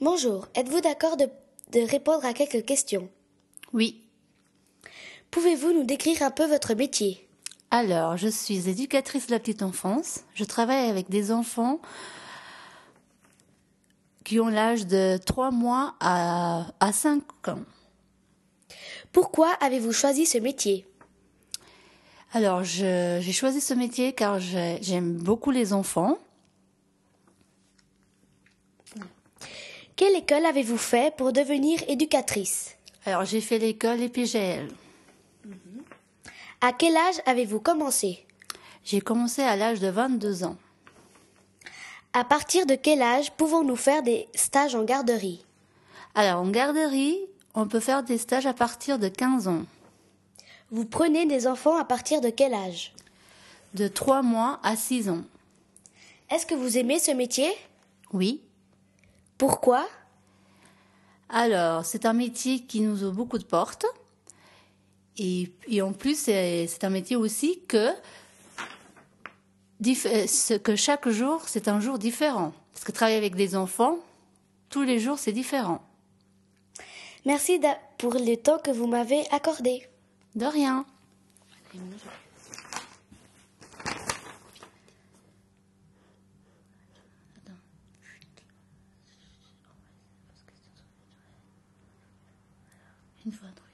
Bonjour, êtes-vous d'accord de, de répondre à quelques questions Oui. Pouvez-vous nous décrire un peu votre métier Alors, je suis éducatrice de la petite enfance. Je travaille avec des enfants qui ont l'âge de 3 mois à, à 5 ans. Pourquoi avez-vous choisi ce métier Alors, je- j'ai choisi ce métier car j'ai- j'aime beaucoup les enfants. Quelle école avez-vous fait pour devenir éducatrice Alors, j'ai fait l'école EPGL. À quel âge avez-vous commencé J'ai commencé à l'âge de 22 ans. À partir de quel âge pouvons-nous faire des stages en garderie Alors, en garderie, on peut faire des stages à partir de 15 ans, Vous prenez des enfants à partir de quel âge de 3 mois à 6 ans. Est-ce que vous aimez ce métier Oui. Pourquoi Alors, c'est un métier qui nous ouvre beaucoup de portes. Et, et en plus, c'est c'est un métier aussi que, diff- euh, ce- que chaque jour, c'est un jour différent. Parce que travailler avec des enfants, tous les jours, c'est différent. Merci d'a- pour le temps que vous m'avez accordé. De rien. Une fois, un truc.